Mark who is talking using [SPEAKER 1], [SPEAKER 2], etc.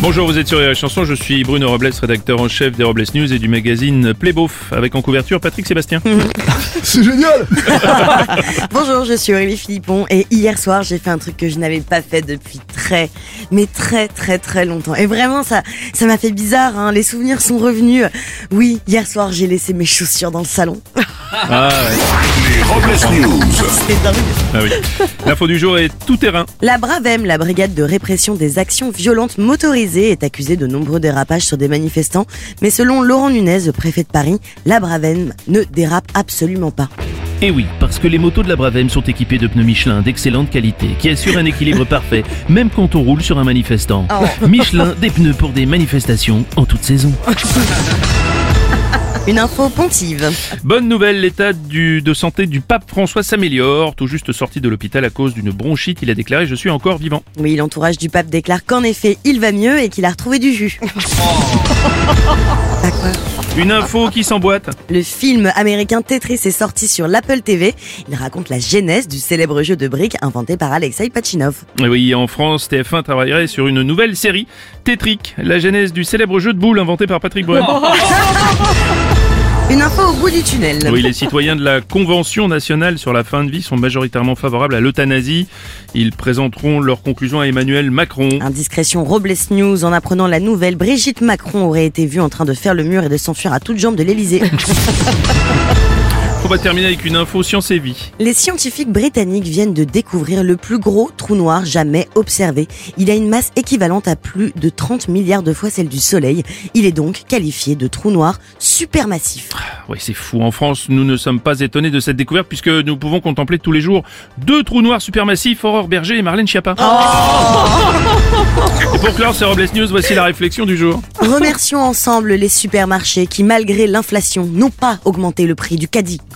[SPEAKER 1] Bonjour, vous êtes sur les chansons, je suis Bruno Robles, rédacteur en chef des Robles News et du magazine Playbof, avec en couverture Patrick Sébastien.
[SPEAKER 2] C'est génial
[SPEAKER 3] Bonjour, je suis Aurélie Philippon et hier soir j'ai fait un truc que je n'avais pas fait depuis très, mais très très très longtemps. Et vraiment ça, ça m'a fait bizarre. hein. Les souvenirs sont revenus. Oui, hier soir j'ai laissé mes chaussures dans le salon.
[SPEAKER 1] Ah, ouais.
[SPEAKER 4] Les Robles News.
[SPEAKER 3] C'est dingue.
[SPEAKER 1] Ah oui. L'info du jour est tout terrain.
[SPEAKER 3] La BRAVEM, la brigade de répression des actions violentes motorisées, est accusée de nombreux dérapages sur des manifestants. Mais selon Laurent Nunez, le préfet de Paris, la BRAVEM ne dérape absolument pas.
[SPEAKER 5] Et Eh oui, parce que les motos de la Bravem sont équipées de pneus Michelin d'excellente qualité, qui assurent un équilibre parfait, même quand on roule sur un manifestant. Michelin, des pneus pour des manifestations en toute saison.
[SPEAKER 3] Une info pontive.
[SPEAKER 1] Bonne nouvelle, l'état du- de santé du pape François s'améliore. Tout juste sorti de l'hôpital à cause d'une bronchite, il a déclaré Je suis encore vivant.
[SPEAKER 3] Oui, l'entourage du pape déclare qu'en effet, il va mieux et qu'il a retrouvé du jus. Ah, quoi
[SPEAKER 1] Une info qui s'emboîte.
[SPEAKER 3] Le film américain Tetris est sorti sur l'Apple TV. Il raconte la genèse du célèbre jeu de briques inventé par Alexei Pachinov.
[SPEAKER 1] Et oui, en France, TF1 travaillerait sur une nouvelle série, Tétrique, la genèse du célèbre jeu de boules inventé par Patrick Bruel.
[SPEAKER 3] Une info au bout du tunnel.
[SPEAKER 1] Oui, les citoyens de la Convention nationale sur la fin de vie sont majoritairement favorables à l'euthanasie. Ils présenteront leurs conclusions à Emmanuel Macron.
[SPEAKER 3] Ah. Indiscrétion Robles News en apprenant la nouvelle, Brigitte Macron aurait été vue en train de faire le mur et de s'enfuir à toutes jambes de l'Elysée.
[SPEAKER 1] On va terminer avec une info science et vie.
[SPEAKER 3] Les scientifiques britanniques viennent de découvrir le plus gros trou noir jamais observé. Il a une masse équivalente à plus de 30 milliards de fois celle du Soleil. Il est donc qualifié de trou noir supermassif.
[SPEAKER 1] Oui, Ah c'est fou. En France, nous ne sommes pas étonnés de cette découverte puisque nous pouvons contempler tous les jours deux trous noirs supermassifs, Aurore Berger et Marlène Schiappa. et pour clore ce Robles News, voici la réflexion du jour.
[SPEAKER 3] Remercions ensemble les supermarchés qui, malgré l'inflation, n'ont pas augmenté le prix du caddie.